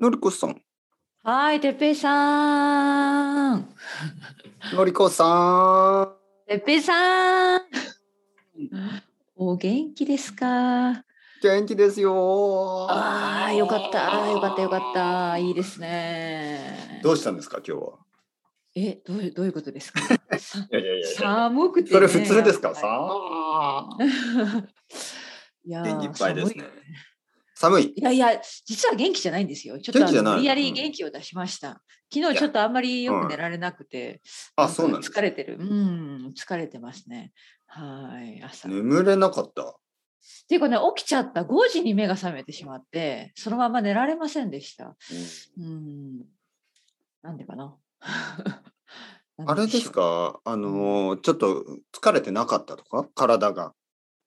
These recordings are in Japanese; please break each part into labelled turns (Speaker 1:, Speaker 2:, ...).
Speaker 1: のりこさん。
Speaker 2: はい、てっぺいさん。
Speaker 1: のりこさん。
Speaker 2: てっぺいさん。お元気ですか。
Speaker 1: 元気ですよ。
Speaker 2: ああ、よかった、よかった、よかった、いいですね。
Speaker 1: どうしたんですか、今日は。
Speaker 2: え、どういう、どういうことですか。さ
Speaker 1: いやいやいや
Speaker 2: 寒くて、ね。
Speaker 1: それ普通です
Speaker 2: や
Speaker 1: か。
Speaker 2: っ
Speaker 1: さ
Speaker 2: ぱ
Speaker 1: あ。
Speaker 2: り。いやー、
Speaker 1: 元気いっぱいですね
Speaker 2: 寒い
Speaker 1: 寒
Speaker 2: よ
Speaker 1: い。
Speaker 2: いやいや、実は元気じゃないんですよ。ちょっと
Speaker 1: 元
Speaker 2: あ
Speaker 1: 気じゃ
Speaker 2: の
Speaker 1: ない
Speaker 2: 無理や
Speaker 1: う
Speaker 2: り
Speaker 1: ん
Speaker 2: 元気を出しました。昨日ちょっとあんまりよく寝られなくて。
Speaker 1: あ、そうなんです
Speaker 2: 疲。れてる。うん、疲れてますね。はい、朝。
Speaker 1: 眠れなかった。
Speaker 2: っていうかね、起きちゃった。5時に目が覚めてしまって、そのまま寝られませんでした。うん。なんでかな。
Speaker 1: あれです
Speaker 2: なんでしょう
Speaker 1: か。あのー、ちょっと疲れてなかったとか、体が。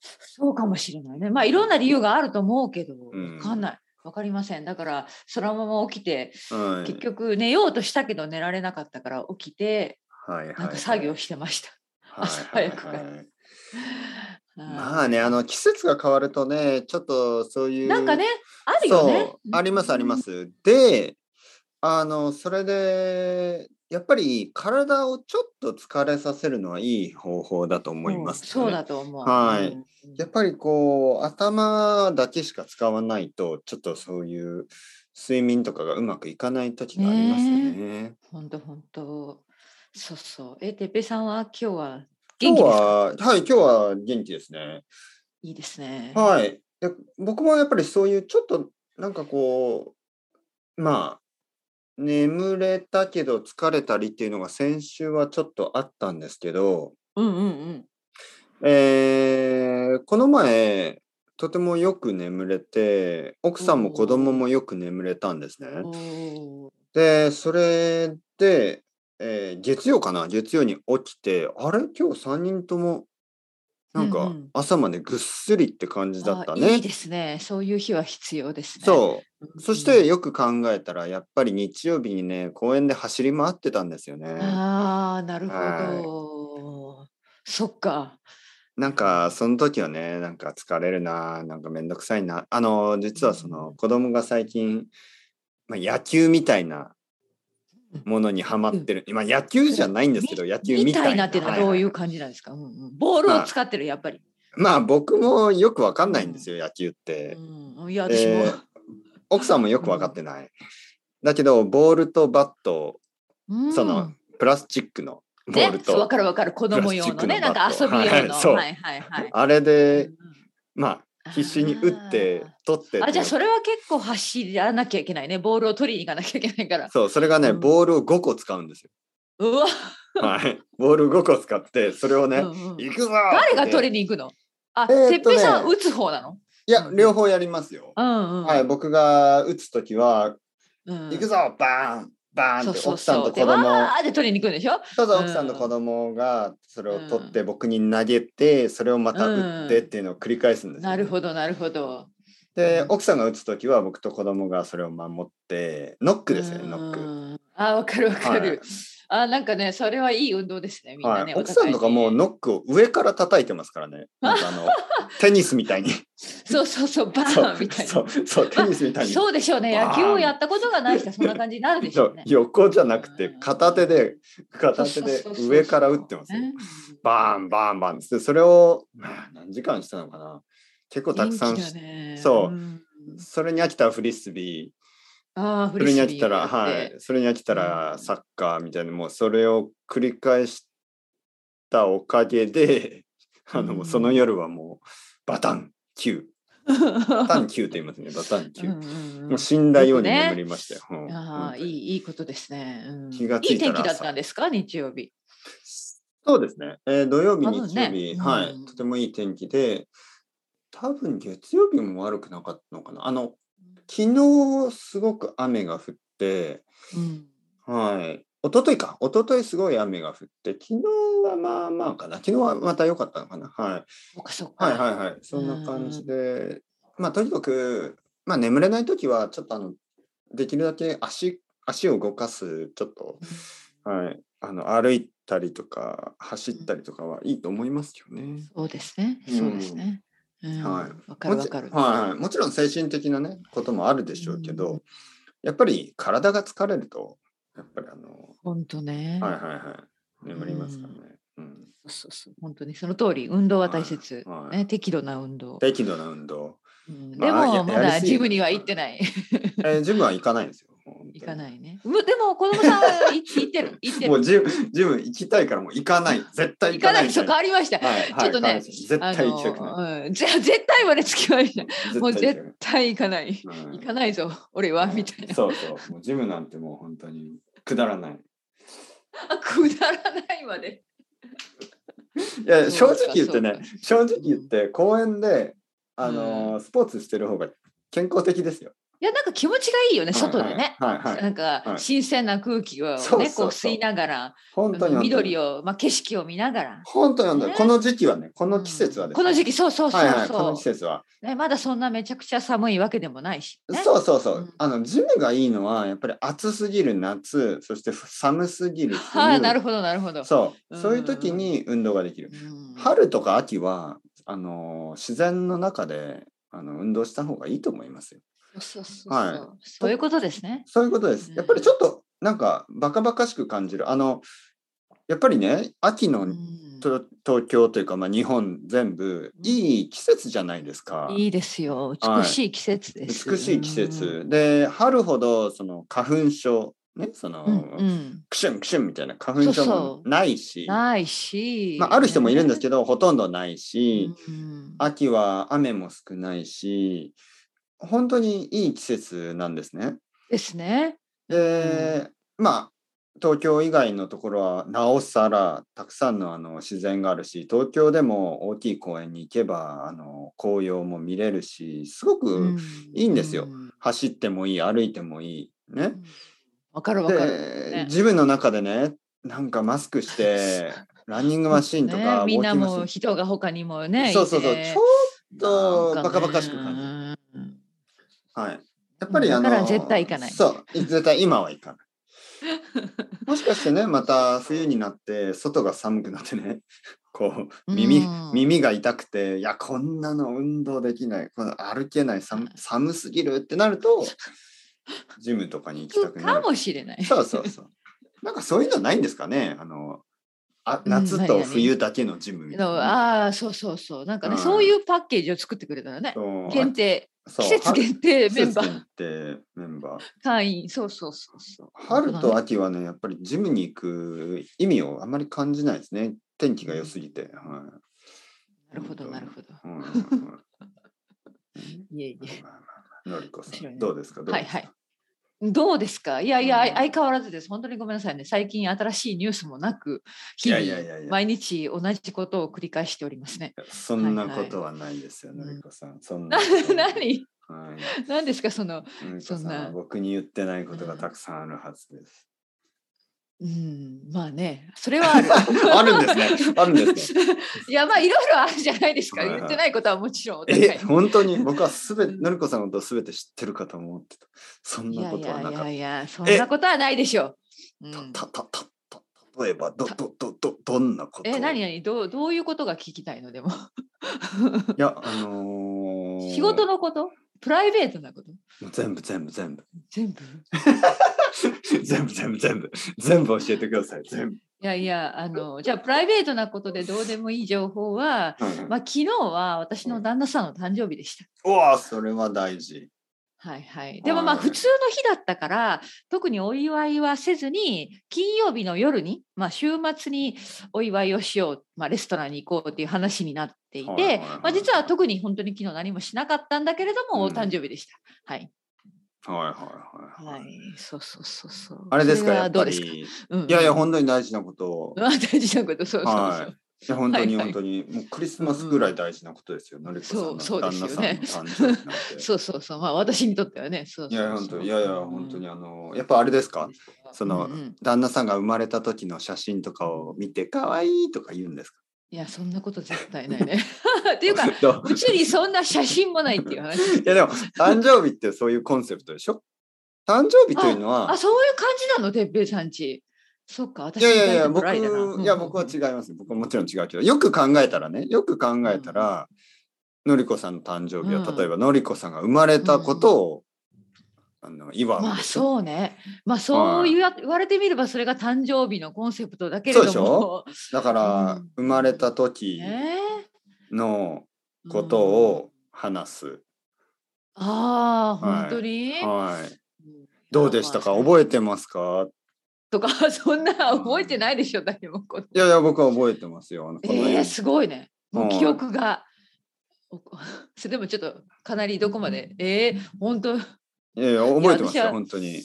Speaker 2: そうかもしれないね。まあ、いろんな理由があると思うけど、
Speaker 1: ん
Speaker 2: わかんない。わかりません。だから、そのまま起きて、
Speaker 1: は
Speaker 2: 結局寝ようとしたけど寝られなかったから起きて、
Speaker 1: はいはい。
Speaker 2: なんか作業してました。
Speaker 1: はい。
Speaker 2: 朝早くか
Speaker 1: は
Speaker 2: ら
Speaker 1: いはいはい
Speaker 2: はい
Speaker 1: まあね、あの季節が変わるとね、ちょっとそういう。
Speaker 2: なんかね、あるよね
Speaker 1: そ。うありますあります。であのそれでやっぱり体をちょっと疲れさせるのはいい方法だと思います、
Speaker 2: うんそうだと思う。
Speaker 1: はい
Speaker 2: うん
Speaker 1: やっぱりこう頭だけしか使わないとちょっとそういう睡眠とかがうまくいかない時がありますよね。
Speaker 2: 本当本当。そうそう。え、てっぺいさんは今日は
Speaker 1: 今日
Speaker 2: 元気ですか
Speaker 1: ははい今日は元気ですね。
Speaker 2: いいですね。
Speaker 1: はい。で僕もやっぱりそういうちょっとなんかこうまあ眠れたけど疲れたりっていうのが先週はちょっとあったんですけど、
Speaker 2: うんうんうん。
Speaker 1: えーこの前とてもよく眠れて奥さんも子供もよく眠れたんですね。
Speaker 2: おー
Speaker 1: でそれで、えー月曜かな月曜に起きてあれ今日3人ともなん
Speaker 2: うん
Speaker 1: か
Speaker 2: うん
Speaker 1: 朝までぐっすりって感じだったね。
Speaker 2: あいいですね。そういう日は必要ですね。
Speaker 1: そう
Speaker 2: うんうん
Speaker 1: そして、よく考えたらやっぱり日曜日にね公園で走り回ってたんですよね。
Speaker 2: ああ、なるほど。そっか。
Speaker 1: なんかその時はねなんか疲れるななんかめんどくさいなあの実はその子供が最近、まあ、野球みたいなものにはまってる、まあ野球じゃないんですけど野球み
Speaker 2: み
Speaker 1: た
Speaker 2: た
Speaker 1: い
Speaker 2: い
Speaker 1: な
Speaker 2: なっていうのは
Speaker 1: は
Speaker 2: ど
Speaker 1: は
Speaker 2: ういう感じなんですか、うんうん、ボールを使ってる、やっぱり。
Speaker 1: まあ僕もよくわかんないんですよ野球って、
Speaker 2: うん、いや、私も。
Speaker 1: えー奥さんもよくわかってない、だけどボールとバット
Speaker 2: うん
Speaker 1: そのプラスチックのボール
Speaker 2: ね、
Speaker 1: と、
Speaker 2: わかるわかる。子供用のね、
Speaker 1: プラ
Speaker 2: なんか
Speaker 1: スチッ
Speaker 2: 遊
Speaker 1: クのバット
Speaker 2: び用の。
Speaker 1: はいそう
Speaker 2: はいはいはい。
Speaker 1: あれで
Speaker 2: うんうん
Speaker 1: まあ必死に打って取って
Speaker 2: あー。あじゃあそ
Speaker 1: れ
Speaker 2: れは結構走らなきゃいけないね。ボールを取りに行かなきゃいけないから。
Speaker 1: そうそれがね、
Speaker 2: うん
Speaker 1: ボールを5個使うんですよ。
Speaker 2: うわ、
Speaker 1: はい、ボール5個使ってそれをね、
Speaker 2: うんうん
Speaker 1: 行くぞ
Speaker 2: 誰が取
Speaker 1: り
Speaker 2: りに行くのあ、
Speaker 1: えーっとね
Speaker 2: てっぺいさん打つ方なの
Speaker 1: いや両方やりますよ。
Speaker 2: うんうん。
Speaker 1: はい、僕が打つ時は、
Speaker 2: うん
Speaker 1: 行くぞバーンバーンっ
Speaker 2: そう
Speaker 1: て
Speaker 2: そう
Speaker 1: 奥さん
Speaker 2: そ
Speaker 1: と
Speaker 2: う。
Speaker 1: 子
Speaker 2: で、
Speaker 1: 供
Speaker 2: わーって取りに行くんでしょ
Speaker 1: そうそう
Speaker 2: うん
Speaker 1: 奥さんと子供がそれを取って僕に投げてそれをまた打ってっていうのを繰り返すんですよ
Speaker 2: なるほど、なるほど。
Speaker 1: で
Speaker 2: うん
Speaker 1: 奥さんが打つ時は僕と子供がそれを守ってノックですよねノック。
Speaker 2: ック。あ、わかるわか
Speaker 1: はい
Speaker 2: る。あ、なんかね、それはいい運動ですね、みんな
Speaker 1: は
Speaker 2: ね。
Speaker 1: い、
Speaker 2: お
Speaker 1: 奥さ
Speaker 2: 互
Speaker 1: ん
Speaker 2: いに
Speaker 1: とかもうノックを上から叩いてますからね。なんかあのテニスみた いに。
Speaker 2: そうそうそう、バ
Speaker 1: そ
Speaker 2: ー
Speaker 1: う
Speaker 2: ンみたい
Speaker 1: そ
Speaker 2: な。
Speaker 1: うそうテニスみたいに。
Speaker 2: そうでしょうね。
Speaker 1: バーン
Speaker 2: 野球をやったことがない人はそんな感じになるでし
Speaker 1: そ
Speaker 2: ょう
Speaker 1: う
Speaker 2: ね。
Speaker 1: 横じゃなくて片手で片手で
Speaker 2: そうそうそうそう
Speaker 1: 上から打ってますよ。
Speaker 2: ね
Speaker 1: バーンバーンバーンってそれをまあ何時間したのかな。結構たくさん
Speaker 2: 元
Speaker 1: し
Speaker 2: 気だね
Speaker 1: そうんそれに飽きたらフリスビー。
Speaker 2: ああ、
Speaker 1: そ
Speaker 2: フ
Speaker 1: れ
Speaker 2: リ
Speaker 1: に
Speaker 2: ス
Speaker 1: 飽
Speaker 2: ビ
Speaker 1: き
Speaker 2: ー
Speaker 1: たら、
Speaker 2: やって
Speaker 1: はい、それに飽きたら
Speaker 2: うん
Speaker 1: サッカーみたいな、もうそれを繰り返したおかげで、あの、
Speaker 2: うん
Speaker 1: その夜はもうバタン9、バタン9と言いますね、バタン
Speaker 2: うん
Speaker 1: 9。
Speaker 2: うんうん
Speaker 1: もう死んだように
Speaker 2: よくね
Speaker 1: 眠りましたよ。うん
Speaker 2: ああ、
Speaker 1: 本
Speaker 2: い
Speaker 1: 当に
Speaker 2: い、いいことですね。うん
Speaker 1: 気がついたら
Speaker 2: い天気だったんですか、日曜日。
Speaker 1: そうですね、えー土曜日、
Speaker 2: 多
Speaker 1: 日曜
Speaker 2: 分
Speaker 1: 日、
Speaker 2: ねうん
Speaker 1: はい、とてもいい天気で、多分月曜日も悪くなかったのかな。あの、昨日すごく雨が降って、
Speaker 2: うん
Speaker 1: はい。一昨日か。一昨日すごい雨が降って、昨日はまあまあかな。昨日はまた良かったのかな。はい。
Speaker 2: そうか、そうか。
Speaker 1: はいはいはい。そんな感じで、まあとにかく、まあ眠れないときは、ちょっとあの、できるだけ足、足を動かす、ちょっと、はい。あの、歩いたりとか、走ったりとかはいいと思いますよね。
Speaker 2: そうですね。
Speaker 1: うん
Speaker 2: そうですね。うん
Speaker 1: は
Speaker 2: わ
Speaker 1: い
Speaker 2: かるわかる。
Speaker 1: もちはいはい。もちろん精神的なね、こともあるでしょうけど、やっぱり体が疲れると、やっぱりあの、
Speaker 2: 本当ね。
Speaker 1: はいはいはい、眠りますからね。うん
Speaker 2: そうそうそう本当にその通り運動は大切、
Speaker 1: はいはい
Speaker 2: ね、適度な運動、
Speaker 1: 適度な運動。
Speaker 2: うん
Speaker 1: ま
Speaker 2: で
Speaker 1: あや
Speaker 2: もま
Speaker 1: やり
Speaker 2: だ
Speaker 1: すぎ
Speaker 2: ジムには行ってない
Speaker 1: えージムは行かないんですよ。。
Speaker 2: 行かないいねむでも子供さんはい行 ってる行って
Speaker 1: も
Speaker 2: る
Speaker 1: うジムジム行きたいからもう行か ない。絶対
Speaker 2: 行
Speaker 1: 行
Speaker 2: か
Speaker 1: かな
Speaker 2: ないい人変わりました、
Speaker 1: はい、はい
Speaker 2: ちょっ
Speaker 1: 行か
Speaker 2: とね
Speaker 1: ないです絶
Speaker 2: あ
Speaker 1: 対行きたくない。
Speaker 2: の、うん、じゃ絶対までつきましたもう
Speaker 1: 絶対行きたくない
Speaker 2: 絶対行かない
Speaker 1: うん
Speaker 2: 行かないぞ俺はみたいな
Speaker 1: そうそう。もうジムなんてもう本当にくだらない。
Speaker 2: あくだらないまで
Speaker 1: いや、正
Speaker 2: そうか
Speaker 1: 直言ってね
Speaker 2: そ、
Speaker 1: 正直言って公園で、あのー
Speaker 2: う
Speaker 1: スポーツしてる方が健康的ですよ。
Speaker 2: いやなんか気持ちがいいよね外でね、
Speaker 1: はいはい。はいは、
Speaker 2: ないんか
Speaker 1: い
Speaker 2: 新鮮な空気をね、
Speaker 1: そうそうそう
Speaker 2: こう吸いながら
Speaker 1: 本当に
Speaker 2: 緑
Speaker 1: を。
Speaker 2: を、まあ、景色を見ながら
Speaker 1: 本当に本当に、
Speaker 2: ね
Speaker 1: この時期はね、この季節はです、
Speaker 2: この時期そうそうそうそう、
Speaker 1: はいはい、この季節は。
Speaker 2: ね、まだそんなめちゃくちゃ寒いわけでもないし、ね、
Speaker 1: そうそうそう、
Speaker 2: うん
Speaker 1: あのジムがいいのはやっぱり暑すぎる夏そして寒すぎる冬
Speaker 2: はあなるほどなるほど、
Speaker 1: そう、
Speaker 2: うん
Speaker 1: そういう時に運動ができる、
Speaker 2: うん
Speaker 1: 春とか秋はあのー自然の中であの運動した方がいいと思いますよ
Speaker 2: そうそうそうそう、
Speaker 1: はい
Speaker 2: そういうことですね
Speaker 1: そういうことです
Speaker 2: うん
Speaker 1: やっぱりちょっとなんかバカバカしく感じるあのやっぱりね秋の
Speaker 2: うん
Speaker 1: と東京というか、まあ、日本全部
Speaker 2: うん
Speaker 1: いい季節じゃないですか、
Speaker 2: いいですよ
Speaker 1: はい
Speaker 2: 美しい季節です、
Speaker 1: 美しい季節で春ほどその花粉症ねその、
Speaker 2: うん、うんうん
Speaker 1: クシュンクシュンみたいな花粉症もないし
Speaker 2: ないし、
Speaker 1: まあ、ある人もいるんです
Speaker 2: け
Speaker 1: けど、ほとんどないし、
Speaker 2: うん
Speaker 1: 秋は雨も少ないし本当にいい季節なんですね。
Speaker 2: ですね
Speaker 1: で、まあ東京以外のところはなおさらたくさんのあの自然があるし東京でも大きい公園に行けばあの紅葉も見れるしすご
Speaker 2: う
Speaker 1: く
Speaker 2: ん
Speaker 1: いいんですよ
Speaker 2: う
Speaker 1: 走ってもいい歩いてもいい。ね、
Speaker 2: うんわかるわかる、
Speaker 1: で、
Speaker 2: ね
Speaker 1: 自分の中でねなんかマスクして ランニングマシーンとか、
Speaker 2: ね、みんな
Speaker 1: ウォーキング
Speaker 2: も
Speaker 1: マ
Speaker 2: う
Speaker 1: シ
Speaker 2: 人が他にも
Speaker 1: ーン
Speaker 2: ね
Speaker 1: そうそうそう、
Speaker 2: いて
Speaker 1: ちょっと
Speaker 2: なん
Speaker 1: バ
Speaker 2: か
Speaker 1: カ
Speaker 2: ね
Speaker 1: バカしく感じる、
Speaker 2: うん
Speaker 1: はいやっぱり、
Speaker 2: うん
Speaker 1: あの
Speaker 2: だから絶対行かない
Speaker 1: そう絶対今は行 かないもしかしてねまた冬になって外が寒くなってね こう耳、
Speaker 2: うん
Speaker 1: 耳が痛くていやこんなの運動できないこの歩けない寒寒すぎるってなるとジムとかに行きた
Speaker 2: 行く
Speaker 1: くな
Speaker 2: か
Speaker 1: る
Speaker 2: もしれ ない
Speaker 1: そうそうそう。なんかそういうのないんですかね。あの、あ
Speaker 2: うん
Speaker 1: 夏と
Speaker 2: 何々
Speaker 1: 冬だけのジムみたい
Speaker 2: の
Speaker 1: な。
Speaker 2: ああそうそうそうなんかね、
Speaker 1: うん
Speaker 2: そういうパッケージを作ってくれたらね
Speaker 1: そう
Speaker 2: 限定
Speaker 1: そう
Speaker 2: 季節限定
Speaker 1: 春
Speaker 2: メン
Speaker 1: 季
Speaker 2: バー
Speaker 1: 節限定メンバー。
Speaker 2: 会員そうそうそうそう
Speaker 1: 春
Speaker 2: そう
Speaker 1: と秋はね、やっぱりジムに行く意味をあまり感じないですね。天気が良すぎて。は
Speaker 2: なのなるほどなるほど
Speaker 1: い。うんうんうん
Speaker 2: いえいえ
Speaker 1: まあまあまあのりこさ
Speaker 2: 面白い
Speaker 1: ん、
Speaker 2: ね
Speaker 1: どうですかどうですか
Speaker 2: はいどうですかいやいや、あい
Speaker 1: うん
Speaker 2: 相変わらずです本当にごめんなさいね最近新しいニュースもなく
Speaker 1: い
Speaker 2: 日
Speaker 1: やいやい
Speaker 2: 々
Speaker 1: やいや
Speaker 2: 毎日同じことを繰り返しておりますね
Speaker 1: そんなことはないですよ、
Speaker 2: はいはい
Speaker 1: のりこさん。そんな
Speaker 2: な
Speaker 1: ことはない。
Speaker 2: 何
Speaker 1: はい
Speaker 2: 何ですかそ
Speaker 1: の
Speaker 2: の
Speaker 1: りこ
Speaker 2: そん
Speaker 1: さんは
Speaker 2: な
Speaker 1: 僕に言ってないことがたくさんあるはずです。
Speaker 2: うんまあねそれはある
Speaker 1: あるんですね。あるんですね。
Speaker 2: いやまあいろいろあるじゃないですか
Speaker 1: はいはい
Speaker 2: 言ってないことはもちろんお互い
Speaker 1: え、本当に僕はすべて、のりこさんのことすべて知ってるかと思ってた。そん
Speaker 2: い
Speaker 1: な
Speaker 2: や
Speaker 1: こ
Speaker 2: い
Speaker 1: とは
Speaker 2: や
Speaker 1: ないかっ
Speaker 2: や
Speaker 1: た。
Speaker 2: いやそんなことはないでしょう、うん
Speaker 1: た、た、た、た、た、例えば、ど、ど、ど、ど、どんなこと。
Speaker 2: え何
Speaker 1: い
Speaker 2: 何どうどういうことが聞きたいのでも
Speaker 1: や、あのー
Speaker 2: 仕事のことプライベートなこと
Speaker 1: もう全部、全部、全部。
Speaker 2: 全部
Speaker 1: 全部、全部、全部。全部教えてください。全部。
Speaker 2: いやいやあのじゃあプライベートなことでどうでもいい情報は、まあ、昨日は私の旦那さんの誕生日でした。
Speaker 1: うわ、それは大事。
Speaker 2: はいはい、でもまあ
Speaker 1: はい
Speaker 2: 普通の日だったから特にお祝いはせずに金曜日の夜に、まあ、週末にお祝いをしよう、まあ、レストランに行こうっていう話になっていて、
Speaker 1: はいはいはい
Speaker 2: まあ、実は特に本当に昨日何もしなかったんだけれども、
Speaker 1: うん
Speaker 2: お誕生日でした。はい、
Speaker 1: はい、はい、は。
Speaker 2: はいい、そうそうそうそう。
Speaker 1: あれですか、
Speaker 2: そ
Speaker 1: や
Speaker 2: は
Speaker 1: っ
Speaker 2: ど
Speaker 1: ぱ
Speaker 2: うですか。
Speaker 1: り。
Speaker 2: うん
Speaker 1: いやいや、本当に大事なことを。
Speaker 2: うん 大事なこと、そうそうそう。
Speaker 1: はいいや本当に
Speaker 2: はいは
Speaker 1: 本
Speaker 2: い
Speaker 1: 当に、もうクリスマスぐらい大事なことですよ、のりこさ
Speaker 2: そ
Speaker 1: ん
Speaker 2: う
Speaker 1: の
Speaker 2: そう
Speaker 1: 旦
Speaker 2: です
Speaker 1: 那
Speaker 2: よ
Speaker 1: さんの誕
Speaker 2: ね
Speaker 1: 生日なんて。
Speaker 2: そうそうそう、まあ私にとってはね、そう
Speaker 1: い
Speaker 2: そうそう
Speaker 1: や本当いやいや本当にあのやっぱあれですかその
Speaker 2: うんうん
Speaker 1: 旦那さんが生まれた時の写真とかを見て可愛いとか言うんですか
Speaker 2: いや、そんなこと絶対ないね。 っていうか、
Speaker 1: いや
Speaker 2: うちにそんな写真もないっていう話。
Speaker 1: いやでも誕生日ってそういうコンセプトでしょ誕生日というのは
Speaker 2: あ、そういう感じなの、てっぺいさんち。そっか、私
Speaker 1: いやいやいや
Speaker 2: 意外と
Speaker 1: 僕
Speaker 2: ドライだなうんうんうん
Speaker 1: いや僕は違います僕はもちろん違うけどよく考えたらねよく考えたら、のりこさんの誕生日
Speaker 2: う
Speaker 1: は
Speaker 2: ん
Speaker 1: 例えばのりこさんが生まれたことをあの岩
Speaker 2: まあ
Speaker 1: ですよ
Speaker 2: そうね。まあそう言わ言われてみればそれが誕生日のコンセプトだけれども。
Speaker 1: そだから、
Speaker 2: うん
Speaker 1: 生まれた時
Speaker 2: ね
Speaker 1: の
Speaker 2: え
Speaker 1: ことを話す、
Speaker 2: うんああ、
Speaker 1: はい
Speaker 2: 本当に、
Speaker 1: はい
Speaker 2: うん
Speaker 1: どうでしたか覚えてますか
Speaker 2: とか そんな覚えてないでしょ誰もこ
Speaker 1: いやいや僕は覚えてますよあのこの
Speaker 2: え
Speaker 1: 絵
Speaker 2: ー、すごいね。も
Speaker 1: は
Speaker 2: う
Speaker 1: い
Speaker 2: 記憶が。お それでもちょっとかなりどこまで、えー、本当、
Speaker 1: いやいや覚えてます
Speaker 2: いや私
Speaker 1: よ
Speaker 2: は
Speaker 1: 本当に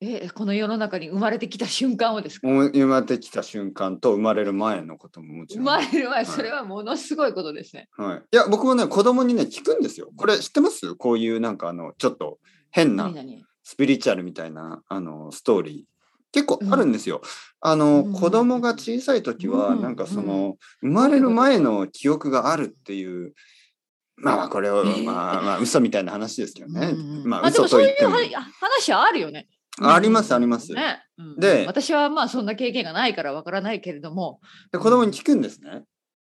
Speaker 2: えーこの世の中に生まれてきた瞬間をですか
Speaker 1: 思い生まれてきた瞬間と生まれる前のことももち
Speaker 2: 生
Speaker 1: ろん
Speaker 2: まれる前、
Speaker 1: い
Speaker 2: それはものすごいことですね。
Speaker 1: はい、いや僕もね子供にね聞くんですよこれ知ってますこういうなんかあのちょっと変な
Speaker 2: 何々
Speaker 1: スピリチュアルみたいなあのストーリー結構あるんですよ、あの
Speaker 2: うん
Speaker 1: 子供が小さい時は
Speaker 2: うん
Speaker 1: なんかその生まれる前の記憶があるっていうまあまあこれを
Speaker 2: えー
Speaker 1: まあまあ嘘みたいな話ですけどね
Speaker 2: うんうん
Speaker 1: ま
Speaker 2: ま
Speaker 1: あ
Speaker 2: あで
Speaker 1: 嘘
Speaker 2: も
Speaker 1: と
Speaker 2: そう
Speaker 1: 言
Speaker 2: い
Speaker 1: って
Speaker 2: う
Speaker 1: も
Speaker 2: は話はあるよね。
Speaker 1: あありますありますで
Speaker 2: ねうん
Speaker 1: で
Speaker 2: 私はまあそんな経験がないからわからないけれども、
Speaker 1: 子供に聞くんですね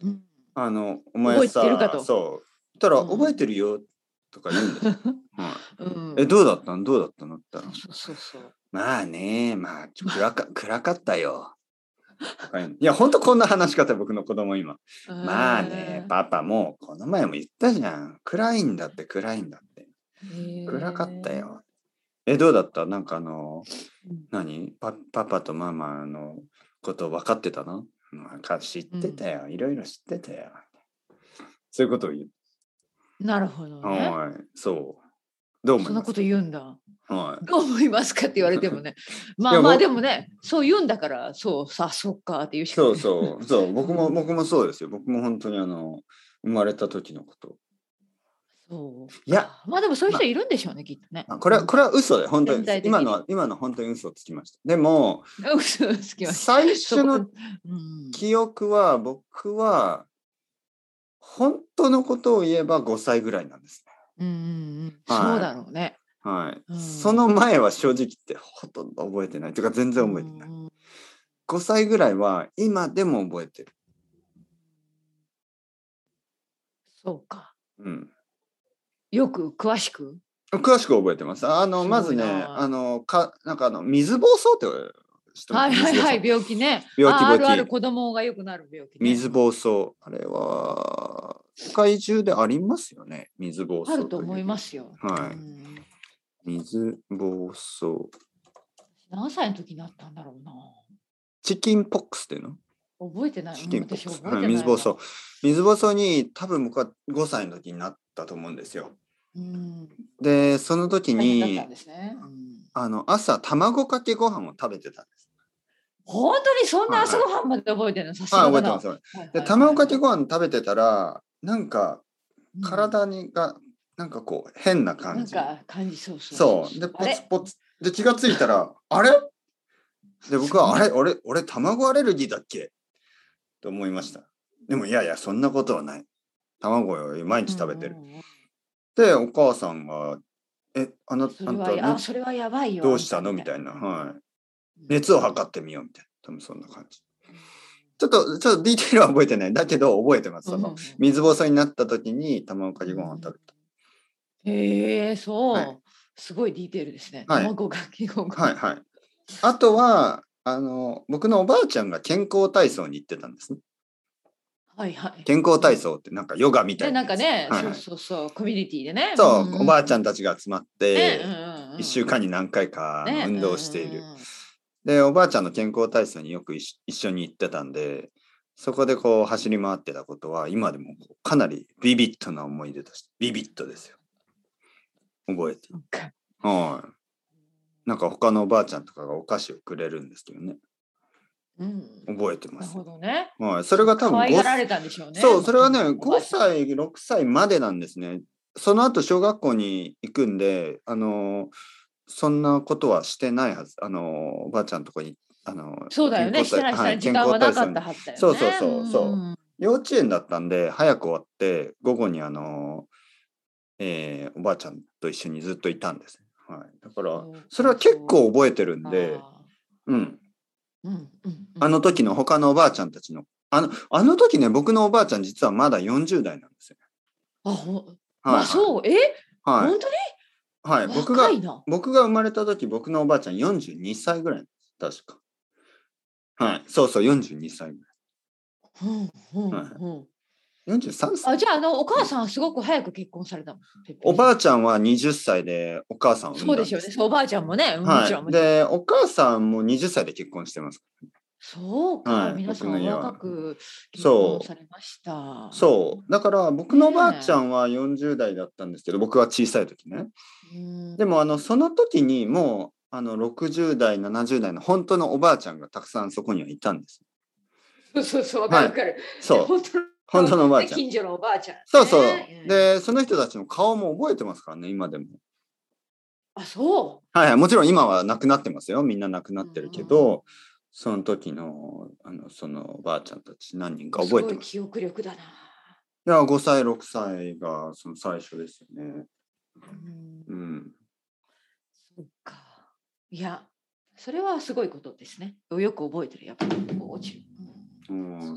Speaker 2: うん
Speaker 1: あのお前さ
Speaker 2: 覚えてるかと
Speaker 1: そうそしたら
Speaker 2: うん
Speaker 1: 覚えてるよとか言うんです よ、はい
Speaker 2: うん
Speaker 1: えどうだったのどうだったのって言ったら
Speaker 2: そうそうそう
Speaker 1: まあね、まあ、ちょ 暗か、暗かったよ。とか言うのいや、ほんとこんな話し方、僕の子供今。
Speaker 2: そう。
Speaker 1: まあね、パパも、この前も言ったじゃん。暗いんだって、暗いんだって。
Speaker 2: うん
Speaker 1: 暗かった。よ。え、どうだったなんかあの、
Speaker 2: うん
Speaker 1: 何パパパとママのこと分かってたのなんか知ってたよ。いろいろ知ってたよ。そういうことを言う。
Speaker 2: なるほどね。
Speaker 1: はい、そう。どう思
Speaker 2: そ
Speaker 1: い
Speaker 2: んな
Speaker 1: ま
Speaker 2: こ
Speaker 1: す
Speaker 2: と言うんだ。
Speaker 1: はい。
Speaker 2: どう思いますかって言われてもね。ま
Speaker 1: い
Speaker 2: あ
Speaker 1: や
Speaker 2: まあ
Speaker 1: 僕
Speaker 2: でもね、そう言うんだから、そうさ、そっかっていうしか
Speaker 1: そ
Speaker 2: な
Speaker 1: う
Speaker 2: い。
Speaker 1: そう、そう、僕も、
Speaker 2: うん
Speaker 1: 僕もそうですよ。僕も本当にあの、生まれた時のこと。
Speaker 2: そう
Speaker 1: いや、
Speaker 2: まあでもそういう人いるんでしょうね、きっとね。
Speaker 1: あこれは、これは嘘で、本当に
Speaker 2: 全体。的に
Speaker 1: 今のは、今の本当に嘘をつきました。でも、
Speaker 2: れ。嘘をつきました
Speaker 1: 最初
Speaker 2: そ
Speaker 1: の
Speaker 2: こうん
Speaker 1: 記憶は、僕は、本当のことを言えば5歳ぐらいなんですね。
Speaker 2: うんうんうん
Speaker 1: はい
Speaker 2: そうだろうね。
Speaker 1: はい。
Speaker 2: うん
Speaker 1: その前は正直言ってほとんど覚えてない。というか全然覚えてない。
Speaker 2: うんうん
Speaker 1: 5歳ぐらいは今でも覚えてる。
Speaker 2: そうか。
Speaker 1: うん。
Speaker 2: よく詳しく。
Speaker 1: 詳しく覚えてます。あの、
Speaker 2: すごいな
Speaker 1: まずね、あの、か、なんかあの、水暴走って知ってま
Speaker 2: は
Speaker 1: す
Speaker 2: いはいは
Speaker 1: 水暴走
Speaker 2: い、病気ね。
Speaker 1: 病気
Speaker 2: ああるあ
Speaker 1: 病
Speaker 2: る
Speaker 1: 気
Speaker 2: 子供がよくなる病気、ね。
Speaker 1: 水暴走。あれは、世界中でありますよね。水暴走。
Speaker 2: あると思いま。すよ。
Speaker 1: はい
Speaker 2: うん
Speaker 1: 水暴走。
Speaker 2: 何歳の時になったんだろうな。
Speaker 1: チキンポックスっていうの
Speaker 2: 覚えてない。
Speaker 1: チキ
Speaker 2: う
Speaker 1: ン
Speaker 2: ん
Speaker 1: ポッ
Speaker 2: 私
Speaker 1: ク
Speaker 2: 覚
Speaker 1: ス
Speaker 2: え。て
Speaker 1: は
Speaker 2: ない
Speaker 1: い、
Speaker 2: な。
Speaker 1: 水暴走。水暴走に多分僕は5歳の時になったと思うんですよ。
Speaker 2: うん。
Speaker 1: で、その時
Speaker 2: 大変だった
Speaker 1: に
Speaker 2: ん、ですね。うん
Speaker 1: あの、朝卵かけご飯を食べてたんです。
Speaker 2: 本当にそん
Speaker 1: は
Speaker 2: ない
Speaker 1: はい
Speaker 2: 朝ごはんまで覚えてるのさす
Speaker 1: はい、
Speaker 2: が
Speaker 1: 覚
Speaker 2: だ
Speaker 1: えて
Speaker 2: な。
Speaker 1: ます。
Speaker 2: はいはい
Speaker 1: で、
Speaker 2: はい
Speaker 1: 卵かけご飯食べてたら、なんか
Speaker 2: うん
Speaker 1: 体にが、なんかこう、変な感じ。
Speaker 2: なんか感じそうそう
Speaker 1: そう。で、ポ
Speaker 2: あれ
Speaker 1: ツポツ。で、気がついたら、あれで、僕は、あれ俺、俺、卵アレルギーだっけと思いました。でも、いやいや、そんなことはない。卵より毎日食べてる
Speaker 2: う。んうんうん
Speaker 1: で、お母さんが、え、あな
Speaker 2: そ
Speaker 1: あ
Speaker 2: れ
Speaker 1: ん
Speaker 2: は
Speaker 1: た
Speaker 2: やあ
Speaker 1: ね、
Speaker 2: それはやばいよ。
Speaker 1: どうしたのみ
Speaker 2: い
Speaker 1: たいな。はい。
Speaker 2: な
Speaker 1: 熱を測ってみよう、みたいな。多分そんな感じ。ちょっと、ちょっとディテールは覚えてない。だけど、覚えてます。その、水ぼうそうになった時に卵かけご飯を食べた。
Speaker 2: へえ、そう、
Speaker 1: はい
Speaker 2: すごいディテールですね。
Speaker 1: はい
Speaker 2: 卵かけご飯。
Speaker 1: はいはい。あとは、あの、僕のおばあちゃんが健康体操に行ってたんですね。
Speaker 2: はいはい。
Speaker 1: 健康体操ってなんかヨガみた
Speaker 2: で、
Speaker 1: いな
Speaker 2: な
Speaker 1: や
Speaker 2: ん
Speaker 1: つ。
Speaker 2: かね、
Speaker 1: はいはい
Speaker 2: そうそうそう、コミュニティでね。
Speaker 1: そう、
Speaker 2: んん
Speaker 1: おばあちゃんたちが集まって、
Speaker 2: ねうんうんうん
Speaker 1: 1週間に何回か
Speaker 2: ね
Speaker 1: 運動をしている
Speaker 2: うんう。んうん
Speaker 1: で、おばあちゃんの健康体操によく一緒一緒に行ってたんで、そこでこう走り回ってたことは、今でもこうかなりビビットな思い出として、ビビットですよ。覚えてる。
Speaker 2: そっか
Speaker 1: はい。なんか他のおばあちゃんとかがお菓子をくれるんですけどね、
Speaker 2: うんな
Speaker 1: 覚えてま
Speaker 2: る
Speaker 1: す
Speaker 2: ほ。どね。
Speaker 1: はい、それが多分
Speaker 2: 可愛
Speaker 1: 5
Speaker 2: がら
Speaker 1: 歳
Speaker 2: れたんでしょうね。
Speaker 1: そう、それはね、
Speaker 2: うん
Speaker 1: 5。歳、6歳までなんですね。その後、小学校に行くんで、あの、そんなことはしてないはず。あの、おばあちゃんとこに、あの、
Speaker 2: そうだよね。し
Speaker 1: 健
Speaker 2: て
Speaker 1: 康
Speaker 2: ない、
Speaker 1: 体
Speaker 2: してな、
Speaker 1: はいい
Speaker 2: 時
Speaker 1: 健
Speaker 2: 間は
Speaker 1: 康体操
Speaker 2: なかっ
Speaker 1: に
Speaker 2: たはずだよね。
Speaker 1: そうそうそうそうん
Speaker 2: んん
Speaker 1: 幼稚園だったんで、早く終わって、午後にあの、えーおばあちゃんと一緒にずっといたんです。はい。だから、それは結構覚えてるんで、うん。
Speaker 2: うんうんうん
Speaker 1: あの時の他のおばあちゃんたちの、あの、あの時ね、僕のおばあちゃん実はまだ40代なんですよ。
Speaker 2: あ、ほ
Speaker 1: はい、
Speaker 2: まあそう、え、
Speaker 1: はい。
Speaker 2: 本当に
Speaker 1: はい、僕が
Speaker 2: 若、いな。
Speaker 1: 僕が生まれた時、僕のおばあちゃん42歳ぐらいなんです。確か。はい、そうそう、42歳ぐ
Speaker 2: うんうん
Speaker 1: はい
Speaker 2: うん
Speaker 1: らい。43歳
Speaker 2: あじゃああのお母さんはすごく早く結婚されたの。
Speaker 1: おば
Speaker 2: あ
Speaker 1: あちゃんは20歳でお母さんを産んだ
Speaker 2: そうんでしょうね。そうおばあちゃんもね。うんもちろ
Speaker 1: は
Speaker 2: ん。
Speaker 1: い。
Speaker 2: もちろん
Speaker 1: で、お母さんも20歳で結婚してます。
Speaker 2: そうか、
Speaker 1: はい
Speaker 2: 皆さん
Speaker 1: 僕の家は
Speaker 2: 若く結
Speaker 1: そう
Speaker 2: 婚されました。
Speaker 1: そう。だから僕のおばあちゃんは40代だったんですけど、僕は小さい時ね。
Speaker 2: うん。
Speaker 1: でもあのその時にもうあの60代70代の本当のおばあちゃんがたくさんそこにはいたんです。
Speaker 2: そうそうそうわかるわかる。
Speaker 1: そう。
Speaker 2: 本当の
Speaker 1: 本当のおばあちゃん
Speaker 2: 近所のおばあちゃんね。
Speaker 1: そうそう。
Speaker 2: ん、
Speaker 1: で、その人たちの顔も覚えてますからね、今でも。
Speaker 2: あそう。
Speaker 1: はいはい、もちろん今は亡くなってますよ。みんな亡くなってるけど、その時の、あの、そのおばあちゃんたち何人か覚えて
Speaker 2: すご
Speaker 1: ま
Speaker 2: い
Speaker 1: す。
Speaker 2: 記憶力だな。
Speaker 1: いや、5歳、6歳がその最初ですよね。
Speaker 2: うん
Speaker 1: うん。
Speaker 2: そっか。いや、それはすごいことですね。よく覚えてる、やっぱり。こう落ちるうん
Speaker 1: うん、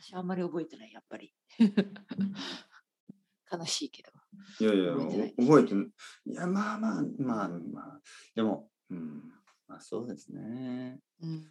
Speaker 2: 私あんまり覚えてない、やっぱり。悲しいけど。
Speaker 1: いやいや、
Speaker 2: 覚えてない
Speaker 1: お覚えてる。いや、まあまあ、まあまあ、でも、うん、まあそうですね。
Speaker 2: うん